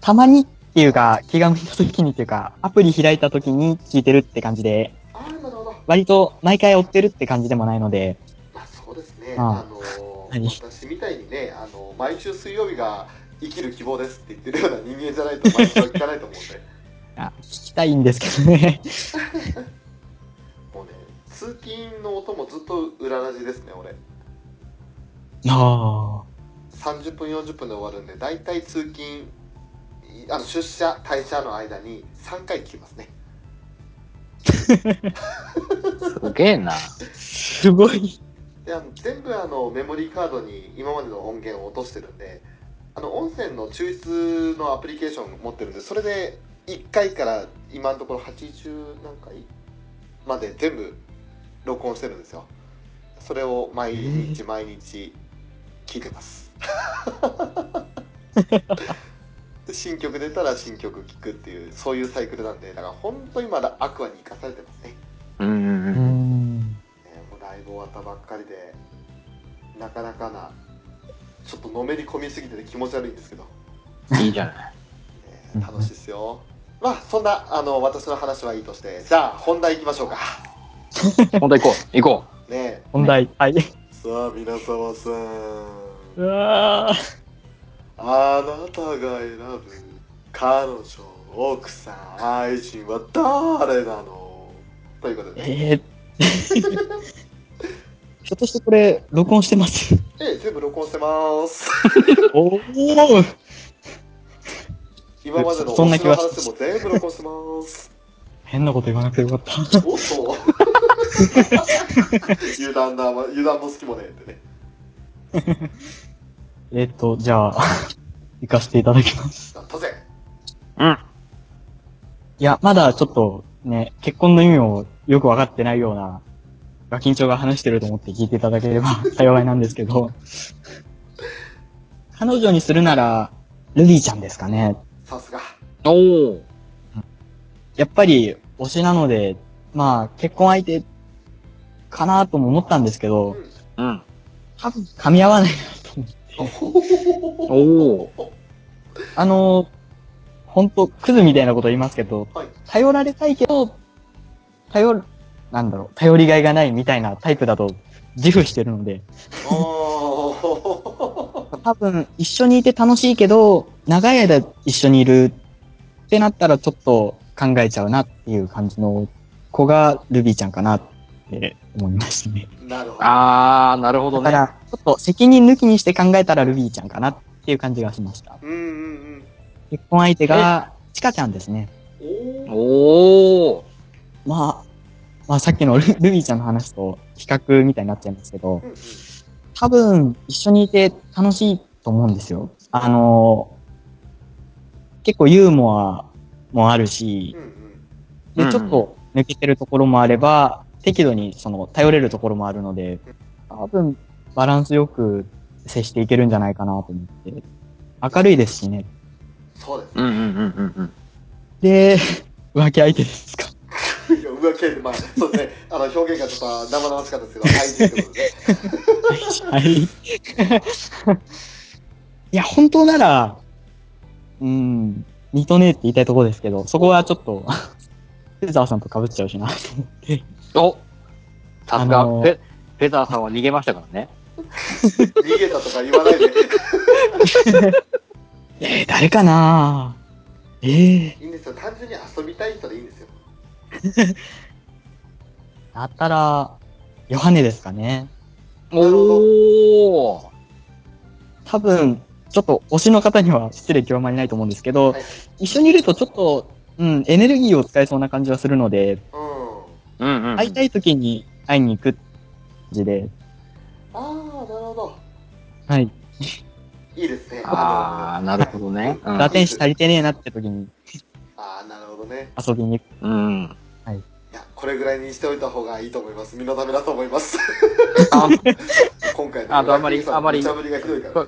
Speaker 2: たまにっていうか、気が向いた時にっていうか、アプリ開いた時に聞いてるって感じで、
Speaker 1: ああなるほど。
Speaker 2: 割と毎回追ってるって感じでもないので、
Speaker 1: まあそうですね。
Speaker 2: ああ
Speaker 1: あの
Speaker 2: 何
Speaker 1: ー私みたいにね、あのー毎週水曜日が生きる希望ですって言ってるような人間じゃないと毎週は聞かないと思うんで、
Speaker 2: あ聞きたいんですけどね。
Speaker 1: もうね通勤の音もずっと裏ラジですね。俺。
Speaker 2: あ
Speaker 1: 30分40分で終わるんで、だいたい通勤あの出社退社の間に3回聞きますね。
Speaker 3: すげえな。
Speaker 2: あ、 すごい。
Speaker 1: であの全部あのメモリーカードに今までの音源を落としてるんであの音声の抽出のアプリケーションを持ってるんでそれで1回から今のところ80何回まで全部録音してるんですよそれを毎日毎日聞いてます、で新曲出たら新曲聴くっていうそういうサイクルなんでだから本当にまだアクアに生かされてますね
Speaker 3: うんうん
Speaker 2: う
Speaker 3: うん
Speaker 2: ー。ん。
Speaker 1: ねもうライブ終わったばっかりでなかなかなちょっとのめり込みすぎてて気持ち悪いんですけど、ね
Speaker 3: いいじゃない。
Speaker 2: うん
Speaker 1: 楽しいですよまあそんなあの私の話はいいとしてじゃあ本題いきましょうか
Speaker 3: 本当行こう。行こ
Speaker 1: ね
Speaker 2: 本題。はい。
Speaker 1: えさあ皆様さ
Speaker 2: うんわー
Speaker 1: あなたが選ぶ彼女奥さん愛人は誰なのということでね
Speaker 2: えー、ひょっとしてこれ、録音してます。
Speaker 1: ええ全部録音してます
Speaker 2: おお
Speaker 1: 今までの
Speaker 2: そ
Speaker 1: 推
Speaker 2: んな
Speaker 1: し
Speaker 2: 気
Speaker 1: の
Speaker 2: は
Speaker 1: 話も全部録音してます
Speaker 2: 変なこと言わなくてよかった。
Speaker 1: おっと油断だま油断も好きもねえってね
Speaker 2: えっ、と、じゃあ、行かせていただきます。
Speaker 1: なんとぜ
Speaker 3: う。うん。
Speaker 2: いや、まだちょっとね、結婚の意味をよくわかってないような、ガキンチョが話してると思って聞いていただければ 幸いなんですけど、彼女にするなら、ルビーちゃんですかね。
Speaker 1: さすが
Speaker 3: おー。
Speaker 2: やっぱり推しなので、まあ結婚相手かなとも思ったんですけど、
Speaker 3: うん。
Speaker 2: 多分噛み合わないなと思って。
Speaker 1: お
Speaker 3: おー。
Speaker 2: あの、ほんと、クズみたいなこと言いますけど、
Speaker 1: はい
Speaker 2: 頼られたいけど、頼る、なんだろう、頼りがいがないみたいなタイプだと自負してるので、
Speaker 1: おー
Speaker 2: 多分一緒にいて楽しいけど、長い間一緒にいるってなったらちょっと考えちゃうなっていう感じの子がルビーちゃんかなって思いましたね。
Speaker 1: なるほど
Speaker 3: あー、なるほ
Speaker 2: だ
Speaker 3: ど
Speaker 2: か
Speaker 3: ね。
Speaker 2: ら、ちょっと責任抜きにして考えたらルビーちゃんかなっていう感じがしました。
Speaker 1: うんうん
Speaker 2: 結婚相手が、チカちゃんですね。
Speaker 1: うんおー
Speaker 3: おー。
Speaker 2: まあ、まあさっきのル ルビーちゃんの話と比較みたいになっちゃいますけど
Speaker 1: う、んうん
Speaker 2: 多分一緒にいて楽しいと思うんですよ。あのー結構ユーモアもあるし
Speaker 1: う、ん
Speaker 2: で、
Speaker 3: うん
Speaker 2: ちょっと抜けてるところもあれば、適度にその頼れるところもあるので、多分バランスよく接していけるんじゃないかなと思って、明るいですしね。
Speaker 1: そうです
Speaker 3: うんうんうんうん
Speaker 2: で、 浮気相手ですか。
Speaker 1: いや浮気相手まあそうですねあの表現がちょっと生々しかったですけど愛人ってことでね
Speaker 2: はい。いや、本当なら、うん、似とねえって言いたいところですけど、そこはちょっと、フェザーさんと被っちゃうしなと思って。
Speaker 3: うん。おさす
Speaker 2: あ
Speaker 3: が、フ
Speaker 2: のー
Speaker 3: ェフェザーさんは逃げましたからね。
Speaker 1: 逃げたとか言わないで
Speaker 2: えー、誰かなええ
Speaker 1: いいんですよ単純に遊びたい人でいいんですよ
Speaker 2: ー、だったら、ヨハネですかね。
Speaker 1: なるほど
Speaker 3: おー。
Speaker 2: 多分、ちょっと推しの方には失礼極まりないと思うんですけど、
Speaker 1: はい
Speaker 2: 一緒にいるとちょっと、うん、エネルギーを使えそうな感じはするので、
Speaker 1: うん
Speaker 3: うんうん。
Speaker 2: 会いたい時に会いに行く感じで、
Speaker 1: ああなるほど
Speaker 2: はい。
Speaker 1: いいいですね。
Speaker 3: ああ、なるほどね。うん
Speaker 2: ラテン詞足りてねえなって時に
Speaker 1: あーなるほどね。
Speaker 2: 遊びに行く。
Speaker 3: うん。
Speaker 1: いや、これぐらいにしておいた方がいいと思います。身のためだと思い ます。
Speaker 3: あ
Speaker 1: 今回の
Speaker 3: あとあんまりあんまり
Speaker 1: 無茶ぶりがひどいから。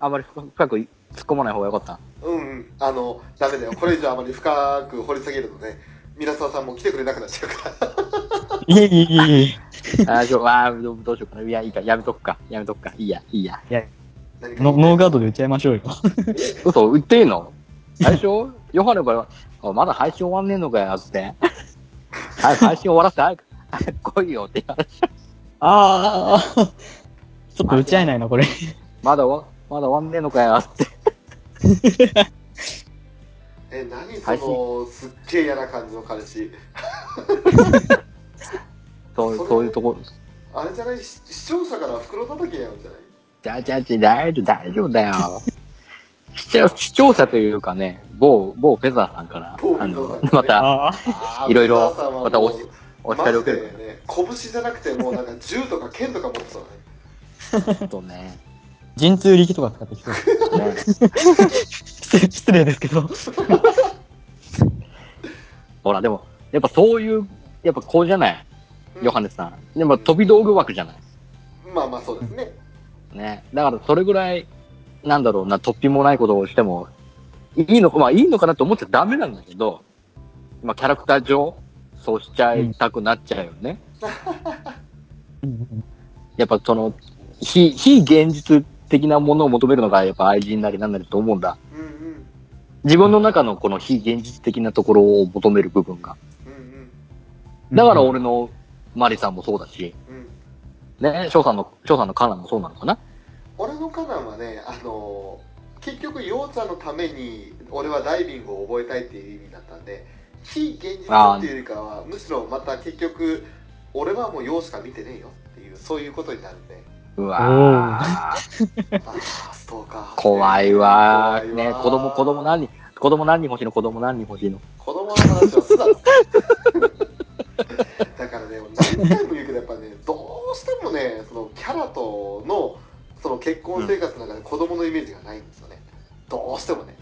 Speaker 3: あんまり深く突っ込まない方がよかった。
Speaker 1: うんうん。あの、ダメだよ。これ以上あまり深く掘り下げるとね、皆沢さんも来てくれなくなっちゃうから。
Speaker 2: いえいえいえいえ。い
Speaker 3: あーしょあーどうどうしようかな。いや、いいか。やめとくか。やめとくか。いいや、いいや。
Speaker 2: や、
Speaker 1: 何か
Speaker 2: ノノーガードで打ち合いましょうよ。
Speaker 3: 嘘、売っていいの最初、ヨハネから、あまだ配信終わんねえのかよ、つって。早く配信終わらせて、早く、早く来いよって言われて。
Speaker 2: ああ、ちょっと打ち合えないな、これ。
Speaker 3: まだ終わ、まだ終わんねえのかよ、って。
Speaker 1: え、何その、すっげえ嫌な感じの彼氏。
Speaker 3: そう、そういうところ。
Speaker 1: あれじゃないし視聴者から袋叩きやるんじゃない
Speaker 3: じゃじゃじゃ、大丈夫、大丈夫だよ。視聴視聴者というかね、某、某フェザーさんから、
Speaker 1: 某フ
Speaker 3: あ
Speaker 1: ェザーさん
Speaker 3: の、また、
Speaker 2: ああ、
Speaker 1: あー
Speaker 3: いろいろ
Speaker 1: 皆さんはもう
Speaker 3: またおお叱りを
Speaker 1: マジ
Speaker 3: 受け
Speaker 1: で
Speaker 3: る
Speaker 1: ね、拳じゃなくてもうなんか銃とか剣とか持ってたね。
Speaker 3: とね。
Speaker 2: 神通力とか使ってきそう。
Speaker 3: ね
Speaker 2: 失礼失礼ですけど。
Speaker 3: ほら、でも、やっぱそういう、やっぱこうじゃない、ヨハネさん。でも飛び道具枠じゃない。
Speaker 1: まあまあそうですね。
Speaker 3: ね。だからそれぐらい、なんだろうな、突飛もないことをしても、いいのか、まあいいのかなと思っちゃダメなんだけど、まあキャラクター上、そうしちゃいたくなっちゃうよね。
Speaker 2: うんうん
Speaker 3: やっぱその、非、非現実的なものを求めるのが、やっぱ愛人なりなんなりと思うんだ。
Speaker 1: うんうん。
Speaker 3: 自分の中のこの非現実的なところを求める部分が。
Speaker 1: うんうん。
Speaker 3: だから、俺のマリさんもそうだし、
Speaker 1: うん。
Speaker 3: ね、翔さんの、翔さんのカナもそうなのかな
Speaker 1: 俺のカナンはね、あのー結局、ようちゃんのために、俺はダイビングを覚えたいっていう意味だったんで、非現実っていうよりかは、むしろまた結局、俺はもうようしか見てねえよっていう、そういうことになるんで、
Speaker 3: うわー
Speaker 1: あーストーカー。
Speaker 3: 怖いわー。ね、子供、子供
Speaker 1: な。
Speaker 3: 何人、子供何人欲しいの子供何人欲しいの
Speaker 1: 子供の話はすだろ。 だからね、何回も言うけど、やっぱね、どうしてもね、そのキャラとの、その結婚生活の中で子供のイメージがないんですよね。どうしてもね。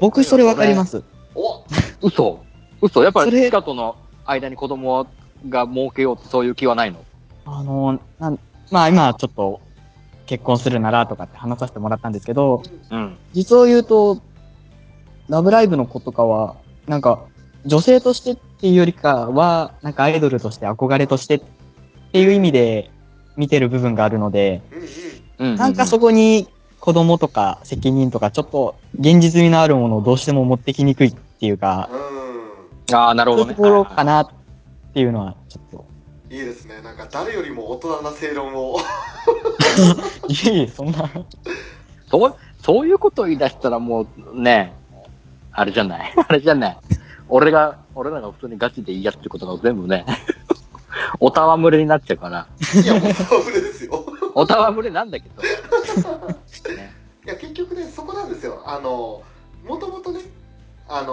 Speaker 2: 僕それわかります。
Speaker 1: お
Speaker 3: 嘘嘘やっぱ
Speaker 2: そ
Speaker 3: り
Speaker 2: れ
Speaker 3: チカとの間に子供が儲けようってそういう気はないの
Speaker 2: あの、なんまあ今ちょっと結婚するならとかって話させてもらったんですけど、
Speaker 3: うん。
Speaker 2: 実を言うと、ラブライブの子とかは、なんか女性としてっていうよりかは、なんかアイドルとして憧れとしてっていう意味で見てる部分があるので、
Speaker 1: うんうん。
Speaker 3: うん。
Speaker 2: なんかそこに子供とか責任とかちょっと現実味のあるものをどうしても持ってきにくいっていうか、
Speaker 1: う
Speaker 3: ああ、なる
Speaker 2: そ
Speaker 3: ほ
Speaker 2: うい
Speaker 3: ど
Speaker 2: う
Speaker 3: ね。
Speaker 2: ところかなっていうのはちょっと。
Speaker 1: ん、いいですね。なんか誰よりも大人な正論を。
Speaker 2: いえいえ、そん な。
Speaker 3: そう、そういうことを言い出したらもうね、あれじゃない。 あれじゃない。俺が、俺らが普通にガチで言い合ってることが全部ね、 おたわむれになっちゃうから。
Speaker 1: いや、もうそれですよ。
Speaker 3: おたわむれなんだけど。ね
Speaker 1: いや、結局ね、そこなんですよ。あの、もともとね、あの、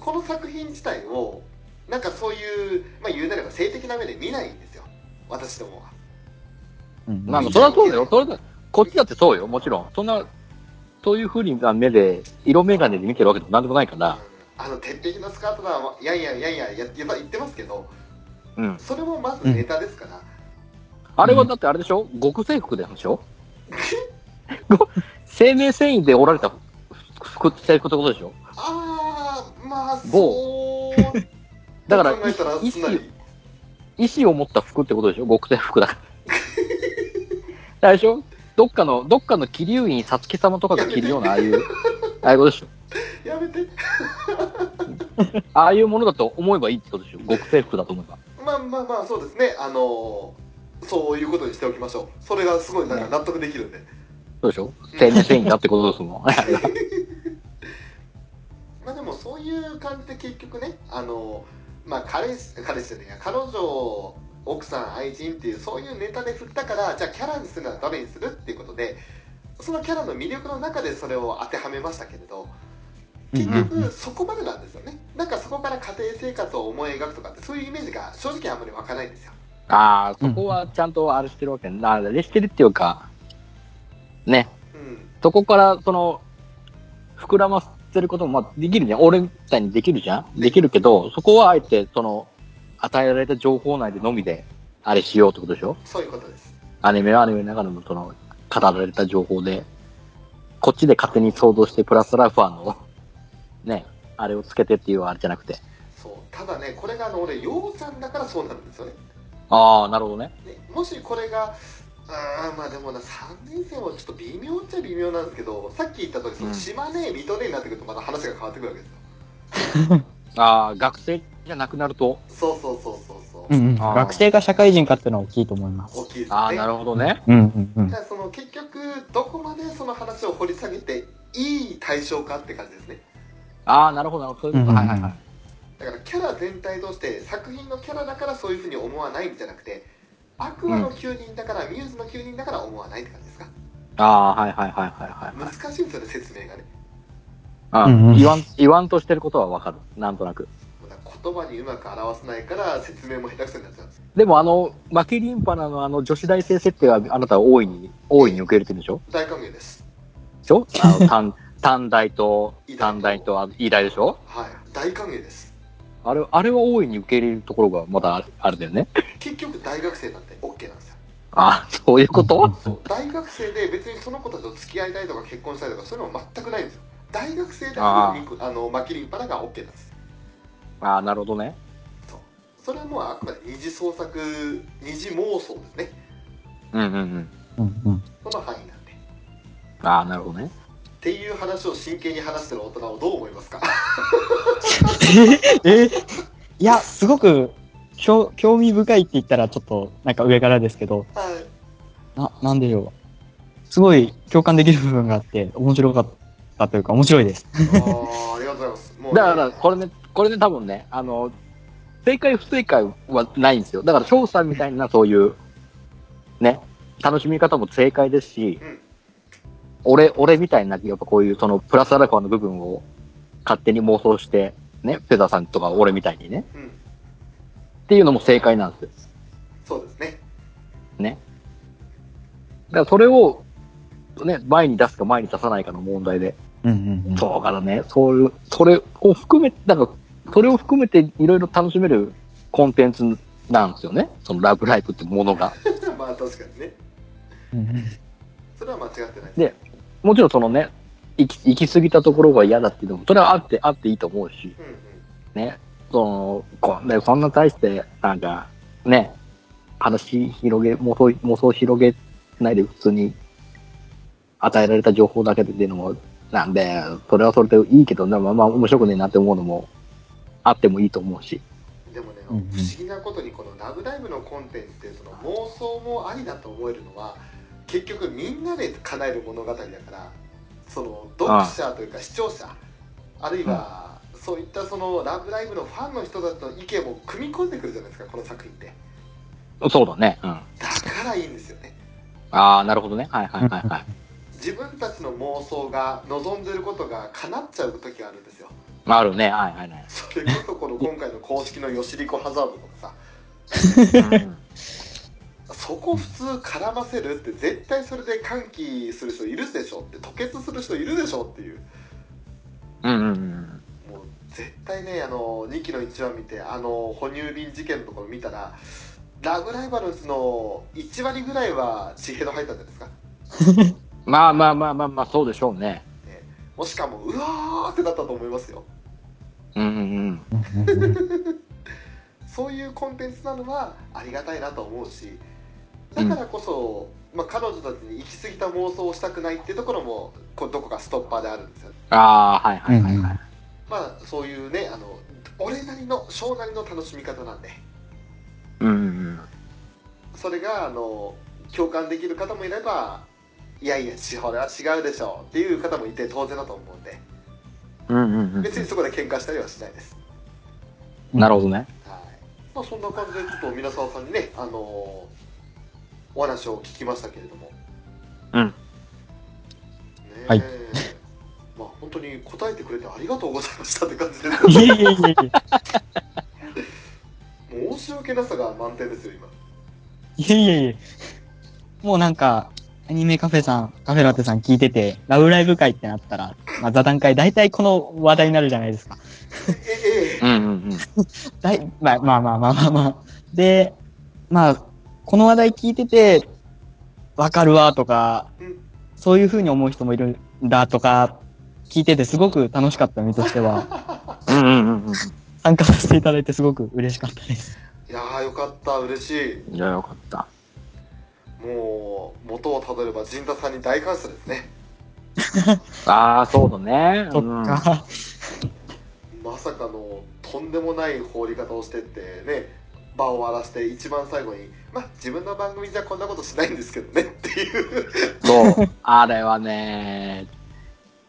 Speaker 1: この作品自体を、なんかそういう、まあ言うなれば性的な目で見ないんですよ。私どもは。
Speaker 2: うん
Speaker 3: まあ、そりゃそうだよ。それだこっちだってそうよ。もちろん。そんな、そういうふうに目で、色眼鏡で見てるわけでもなんでもないから。
Speaker 1: あの、鉄壁のスカートだ、やんやんやんやんや、やっぱ言ってますけど、
Speaker 3: うん。
Speaker 1: それもまずネタですから。
Speaker 3: あれはだってあれでしょ極制服でしょ ご生命繊維で折られた服制服ってことでしょ
Speaker 1: あー、まあ、
Speaker 3: 某
Speaker 1: そう。
Speaker 3: だから
Speaker 1: 考えたら、
Speaker 3: い
Speaker 1: つまり、
Speaker 3: 意思を持った服ってことでしょ極性服だから。あれでしょどっかの、どっかの桐生院さつき様とかが着るような、ああいう、ああいうことでしょ
Speaker 1: やめて。
Speaker 3: ああいうものだと思えばいいってことでしょ極性服だと思えば。
Speaker 1: まあまあまあそうですねあのーそういうことにしておきましょうそれがすごいなんか納得できるんで、
Speaker 3: そうでしょ生命繊維だってことですもん。
Speaker 1: まあでもそういう感じで結局ねあのーまあ彼氏彼氏じゃねえや彼女奥さん愛人っていうそういうネタで振ったからじゃあキャラにするなら誰にするっていうことでそのキャラの魅力の中でそれを当てはめましたけれど結
Speaker 2: うんうんう
Speaker 1: 局そこまでなんですよねなんかそこから家庭生活を思い描くとかってそういうイメージが正直あんまり湧かないんですよ
Speaker 3: ああ、そこはちゃんとあれしてるわけね。あれしてるっていうか、ね、
Speaker 1: うん
Speaker 3: そこから、その、膨らませることも、まあ、できるじゃん。俺みたいにできるじゃんできるけど、そこはあえて、その、与えられた情報内でのみで、あれしようってことでしょ
Speaker 1: そういうことです。
Speaker 3: アニメはアニメの中でも、その、語られた情報で、こっちで勝手に想像して、プラスラファーの、ね、あれをつけてっていうあれじゃなくて。
Speaker 1: そうただねこれがあの俺ようさんだからそうなんですよね
Speaker 3: ああ、なるほどね。
Speaker 1: ねもしこれがあーまあでもな3年生はちょっと微妙っちゃ微妙なんですけどさっき言った通りその
Speaker 3: うん
Speaker 1: 島根水戸根になってくるとまた話が変わってくるわけですよ
Speaker 3: ああ、学生じゃなくなると、
Speaker 1: そうそうそうそうそう、
Speaker 2: うんうん、
Speaker 3: あー
Speaker 2: 学生か社会人かっていうのは大きいと思います。
Speaker 1: 大きいですね
Speaker 3: ああ、なるほどね。
Speaker 2: うんうんうん
Speaker 1: だ。からその結局どこまでその話を掘り下げていい対象かって感じですね
Speaker 3: ああ、なるほど、なるほど。そういうこと。
Speaker 2: うん
Speaker 3: はいはいはい。
Speaker 1: だからキャラ全体として作品のキャラだからそういうふうに思わないんじゃなくてアクアの9人だから、ミューズの9人だから思わないって感じですか
Speaker 3: ああ、はいはいはいはいは
Speaker 1: 難
Speaker 3: い
Speaker 1: しいんですよね説明がね
Speaker 3: あ
Speaker 2: うんうん
Speaker 3: 言わん。言わんとしてることはわかる。なんとなく。
Speaker 1: 言葉にうまく表せないから説明も下手くそになっちゃうんです
Speaker 3: でもあの、マキリンパナのあの女子大生設定はあなたは大いに、大いに受け入れてるんでしょ
Speaker 1: 大歓迎です
Speaker 3: でしょあ の、短、短大と、短大と、あの医大でしょ
Speaker 1: はい大歓迎です
Speaker 3: あれ、あれは大いに受け入れるところがまだあるあるんだよね。
Speaker 1: 結局大学生なんて OK なんですよ
Speaker 3: ああ、そういうこと
Speaker 1: そう大学生で別にその子たちと付き合いたいとか結婚したいとかそういうのも全くないんですよ大学生だけど
Speaker 3: あー
Speaker 1: ミクあのマキリンパナが OK なんです
Speaker 3: ああ、なるほどね。
Speaker 1: それはもうあくまで二次創作二次妄想ですね
Speaker 3: うんうんうん。
Speaker 2: うんうん。
Speaker 1: その範囲なんでっ
Speaker 3: ああ、なるほどね。
Speaker 1: ていう話を真剣に話してる大人をどう思います か
Speaker 2: えいや、すごく、興興味深いって言ったらちょっと、なんか上からですけど、
Speaker 1: はい
Speaker 2: な、なんでしょう。すごい共感できる部分があって、面白かったというか、面白いです。
Speaker 1: あーありがとうございますもうね、
Speaker 3: だから、これね、これね、多分ね、あの、正解不正解はないんですよ。だから、翔さんみたいなそういう、ね、楽しみ方も正解ですし、
Speaker 1: うん
Speaker 3: 俺、俺みたいな、やっぱこういう、その、プラスアルファの部分を勝手に妄想して、ね、フェザーさんとか俺みたいにね、
Speaker 1: うん
Speaker 3: っていうのも正解なんですよ。
Speaker 1: そうですね
Speaker 3: ね。だから、それを、ね、前に出すか前に出さないかの問題で、
Speaker 2: うんうんうん。
Speaker 3: そうからね、そういう、それを含め、なんか、それを含めていろいろ楽しめるコンテンツなんですよね。そのラブライブってものが。
Speaker 1: まあ確かにね
Speaker 2: うんうん
Speaker 1: それは間違ってない
Speaker 3: で、もちろんそのね、行き、行き過ぎたところが嫌だっていうのも、それはあって、あっていいと思うし、
Speaker 1: うんうん
Speaker 3: ね。その、こんで、そんな大して、なんか、ね、話広げ、妄想、妄想広げないで普通に与えられた情報だけでっていうのも、なんで、それはそれでいいけど、でもまあ面白くねえなって思うのも、あってもいいと思うし。
Speaker 1: でもね、
Speaker 2: うんうん
Speaker 1: 不思議なことにこの「ラブライブ!」のコンテンツってその妄想もありだと思えるのは結局みんなで叶える物語だからその読者というか視聴者あるいは、そういったその「ラブライブ!」のファンの人たちの意見も組み込んでくるじゃないですかこの作品って
Speaker 3: そうだね。うん。あ
Speaker 1: だからいいんですよね
Speaker 3: あー、なるほどね。はいはいはい はい。
Speaker 1: 自分たちの妄想が望んでることが叶っちゃう時があるんですよ
Speaker 3: まあ、あるね。はいはいはい。
Speaker 1: それこそこの今回の公式の「ヨシリコハザード」とかさそこ普通絡ませるって絶対それで歓喜する人いるでしょって吐血する人いるでしょっていう
Speaker 3: うんうんうん。
Speaker 1: もう絶対ねあの2期の1話見てあの哺乳瓶事件のところ見たらラブライバルズの1割ぐらいはシヘド入ったんじゃないですか、
Speaker 3: まあまあまあまあまあ、そうでしょうね。
Speaker 1: ね、もしかもうわーってなったと思いますよ
Speaker 3: うんうんうん。
Speaker 2: うんうんうん
Speaker 1: そういうコンテンツなのはありがたいなと思うしだからこそ、まあ、彼女たちに行き過ぎた妄想をしたくないっていうところもこうどこかストッパーであるんですよね
Speaker 3: ああ、はいはいはいはい。
Speaker 1: まあそういうねあの俺なりの小なりの楽しみ方なんで
Speaker 3: うんうんうん。
Speaker 1: それがあの共感できる方もいればいやいやしほれは違うでしょうっていう方もいて当然だと思うんで
Speaker 3: うんうんうん
Speaker 1: 別にそこで喧嘩したりはしないです、
Speaker 3: なるほどね。
Speaker 1: はいまあ、そんな感じでちょっと皆沢さんにねあのお話を聞きましたけれども
Speaker 3: うん
Speaker 1: ねえ
Speaker 2: はい
Speaker 1: まあ本当に答えてくれてありがとうございましたって感じ です
Speaker 2: いえいえいえい
Speaker 1: 申し訳なさが満点ですよ今
Speaker 2: え。いえいえいえ。もうなんか、アニメカフェさん、カフェラテさん聞いてて、ラブライブ会ってなったら、まあ、座談会、大体この話題になるじゃないですか。
Speaker 1: ええ
Speaker 3: うんうん
Speaker 2: だいまあまあまあまあまあまあ。で、まあ、この話題聞いてて、わかるわとか
Speaker 1: うん、
Speaker 2: そういうふうに思う人もいるんだとか、聞いててすごく楽しかった身として は、
Speaker 3: うん。うんうんうんう
Speaker 2: 参加させていただいてすごく嬉しかったです。
Speaker 1: いやーよかった嬉しい
Speaker 3: ん。いや、よかった。
Speaker 1: もう元をたどれば陣太さんに大感謝ですね
Speaker 3: ああ、そうだね。
Speaker 2: そっ
Speaker 3: うん
Speaker 2: か。
Speaker 1: まさかのとんでもない放り方をしてってね場を荒らして一番最後にまあ自分の番組じゃこんなことしないんですけどねっていう
Speaker 3: そう。あれはね、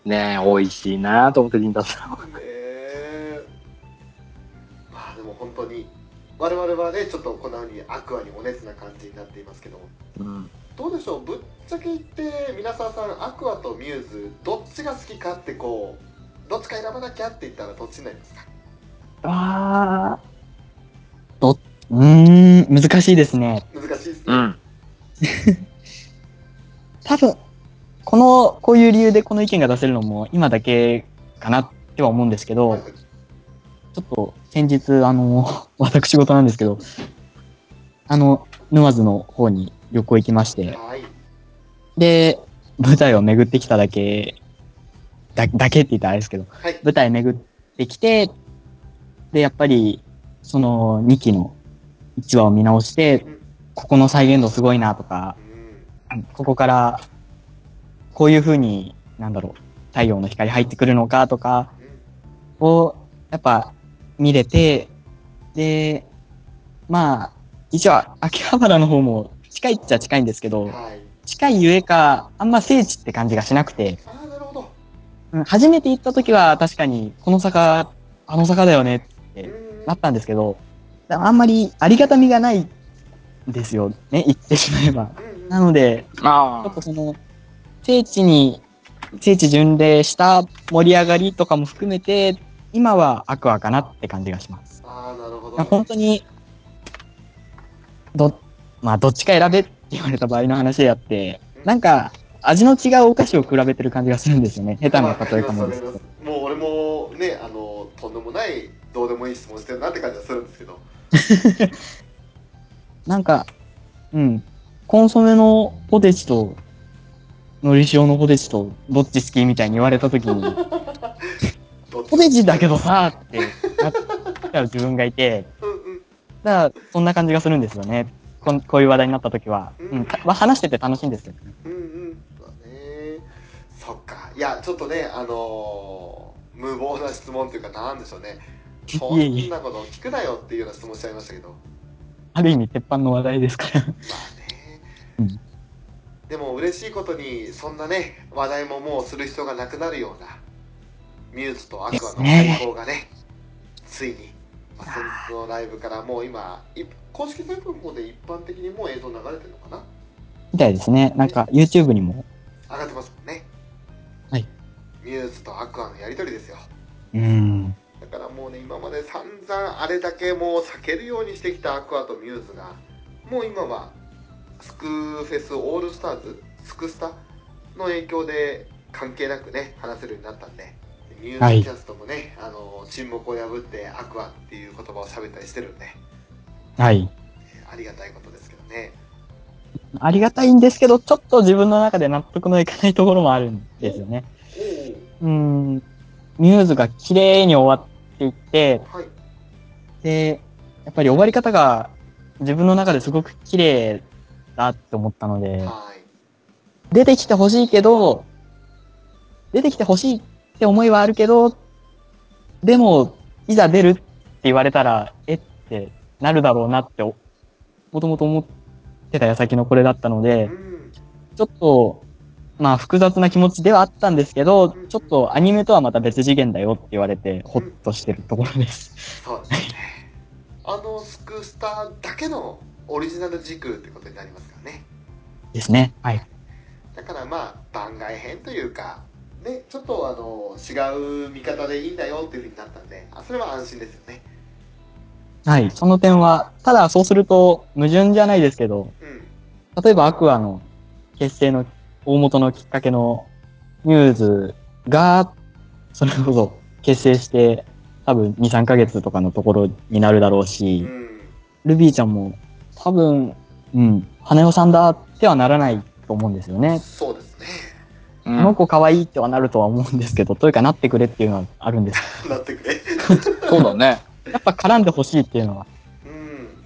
Speaker 3: ね美味しいなと思って、リンダさん。
Speaker 1: ねえまあでも本当に我々はねちょっとこんなふうにアクアにお熱な感じになっていますけど
Speaker 3: うん。
Speaker 1: どうでしょうぶっちゃけ言って皆沢さんアクアとミューズどっちが好きかってこうどっちか選ばなきゃって言ったらどっちになりますか
Speaker 2: あーど、うーん、難しいですね。
Speaker 1: 難しいですね、
Speaker 3: うん。
Speaker 2: 多分、この、こういう理由でこの意見が出せるのも今だけかなっては思うんですけど、ちょっと先日、あの、 私事なんですけど、あの、沼津の方に旅行行きまして、
Speaker 1: はい
Speaker 2: で、舞台を巡ってきただけ、だだけって言ったらあれですけど、
Speaker 1: はい
Speaker 2: 舞台巡ってきて、で、やっぱり、その2期の1話を見直して
Speaker 1: うん、
Speaker 2: ここの再現度すごいなとか、
Speaker 1: うん
Speaker 2: ここから、こういう風に、なんだろう、太陽の光入ってくるのかとかを、やっぱ見れて、で、まあ、一応、秋葉原の方も近いっちゃ近いんですけ
Speaker 1: うん
Speaker 2: ど、
Speaker 1: はい
Speaker 2: 近いゆえか、あんま聖地って感じがしなくて、
Speaker 1: ああなるほど
Speaker 2: うん初めて行った時は確かに、この坂、あの坂だよねって
Speaker 1: うん
Speaker 2: なったんですけど、あんまりありがたみがないんですよね、行ってしまえば。
Speaker 1: うん
Speaker 2: なので、
Speaker 3: あ
Speaker 2: ちょっとその、聖地に、聖地巡礼した盛り上がりとかも含めて、今はアクアかなって感じがします。
Speaker 1: ああなるほど、
Speaker 2: まあ本当に、ど、まあ、どっちか選べって言われた場合の話であって、なんか、味の違うお菓子を比べてる感じがするんですよね。下手な例えかもですけ
Speaker 1: わ
Speaker 2: ど
Speaker 1: か。りますもう俺もねあのとんでもないどうでもいい質問してるなって感じがするんですけど
Speaker 2: なんか、うん。コンソメのポテチと、海苔塩のポテチと、どっち好きみたいに言われたときに、
Speaker 1: どっち
Speaker 2: ポテチだけどさーってなっちゃう自分がいて、
Speaker 1: うんうん
Speaker 2: だからそんな感じがするんですよね。こんこういう話題になった時は。
Speaker 1: う
Speaker 2: うんん、たまあ話してて楽しいんですけどね。
Speaker 1: うんうんそうだねそっかいやちょっとねあのー無謀な質問というかなんでしょうねそ
Speaker 2: いえいえ
Speaker 1: んなこと聞くなよっていうような質問しちゃいましたけどま
Speaker 2: ある意味鉄板の話題ですから。
Speaker 1: あ
Speaker 2: う
Speaker 1: ね
Speaker 2: ん
Speaker 1: でも嬉しいことにそんなね話題ももうする必要がなくなるようなミューズとアクアの対抗がねついに、まあ、先日のライブからもう今い公式サイトの方で一般的にもう映像流れてるのかな
Speaker 2: みたいですね。なんか YouTube にも。
Speaker 1: 上がってますもんね
Speaker 2: はい
Speaker 1: ミューズとアクアのやり取りですよ
Speaker 2: うん。
Speaker 1: だからもうね今まで散々あれだけもう避けるようにしてきたアクアとミューズがもう今はスクフェスオールスターズスクスタの影響で関係なくね話せるようになったんでミュ
Speaker 2: は
Speaker 1: ーズ
Speaker 2: い
Speaker 1: キャストもね、あの沈黙を破ってアクアっていう言葉を喋ったりしてるんで
Speaker 2: はい。
Speaker 1: ありがたいことですけどね
Speaker 2: ありがたいんですけど、ちょっと自分の中で納得のいかないところもあるんですよね。
Speaker 1: お
Speaker 2: うん。ミューズが綺麗に終わっていって、
Speaker 1: おはい
Speaker 2: で、やっぱり終わり方が自分の中ですごく綺麗だって思ったので。
Speaker 1: はい
Speaker 2: 出てきてほしいけど、出てきてほしいって思いはあるけど、でも、いざ出るって言われたら、えってなるだろうなって、おもともと思ってた矢先のこれだったの
Speaker 1: う
Speaker 2: で、
Speaker 1: ん
Speaker 2: ちょっと、まあ複雑な気持ちではあったんですけど、ちょっとアニメとはまた別次元だよって言われて、ほっとしてるところです。
Speaker 1: そうですねあのスクスタだけのオリジナル軸ってことになりますからね
Speaker 2: ですね。はい。
Speaker 1: だからまあ番外編というか、ね、ちょっとあの違う見方でいいんだよっていうふうになったんであそれは安心ですよね
Speaker 2: はい。その点は、ただそうすると、矛盾じゃないですけど、
Speaker 1: うん
Speaker 2: 例えばアクアの結成の大元のきっかけのミューズが、それこそ結成して多分2、3ヶ月とかのところになるだろうし、
Speaker 1: うん。
Speaker 2: ルビーちゃんも多分、うん、花代さんだってはならないと思うんですよね。
Speaker 1: そうですね。
Speaker 3: う
Speaker 2: この
Speaker 3: ん、
Speaker 2: 子可愛いってはなるとは思うんですけど、というかなってくれっていうのはあるん です
Speaker 1: なってくれ。
Speaker 3: そうだね。
Speaker 2: けどやっぱ絡んでほしいっていうのは、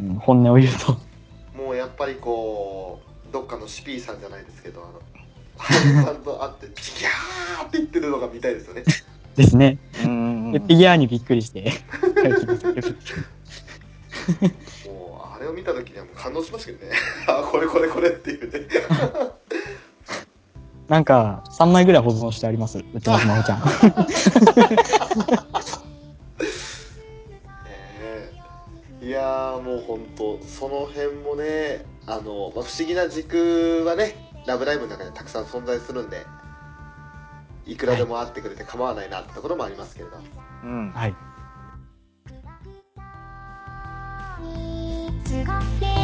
Speaker 1: うん。
Speaker 2: うん本音を言うと。
Speaker 1: もうやっぱりこうどっかのシピーさんじゃないですけどあの羽生さんと会って「ギャー!」って言ってるのが見たいですよね
Speaker 2: ですね。
Speaker 3: うん
Speaker 2: でフィギュアにびっくり して。帰ってきましたけど
Speaker 1: もうあれを見た時にはもう感動しましたけどね あこれこれこれっていうね
Speaker 2: なんか、3枚ぐらい保存してあります。うちのスマホちゃん。
Speaker 1: ええいやーもう本当その辺もねあの、まあ不思議な軸はね「ラブライブ!」の中でたくさん存在するんでいくらでも会ってくれて構わないなってところもありますけれど、
Speaker 3: うん
Speaker 2: はい。
Speaker 4: 「つがって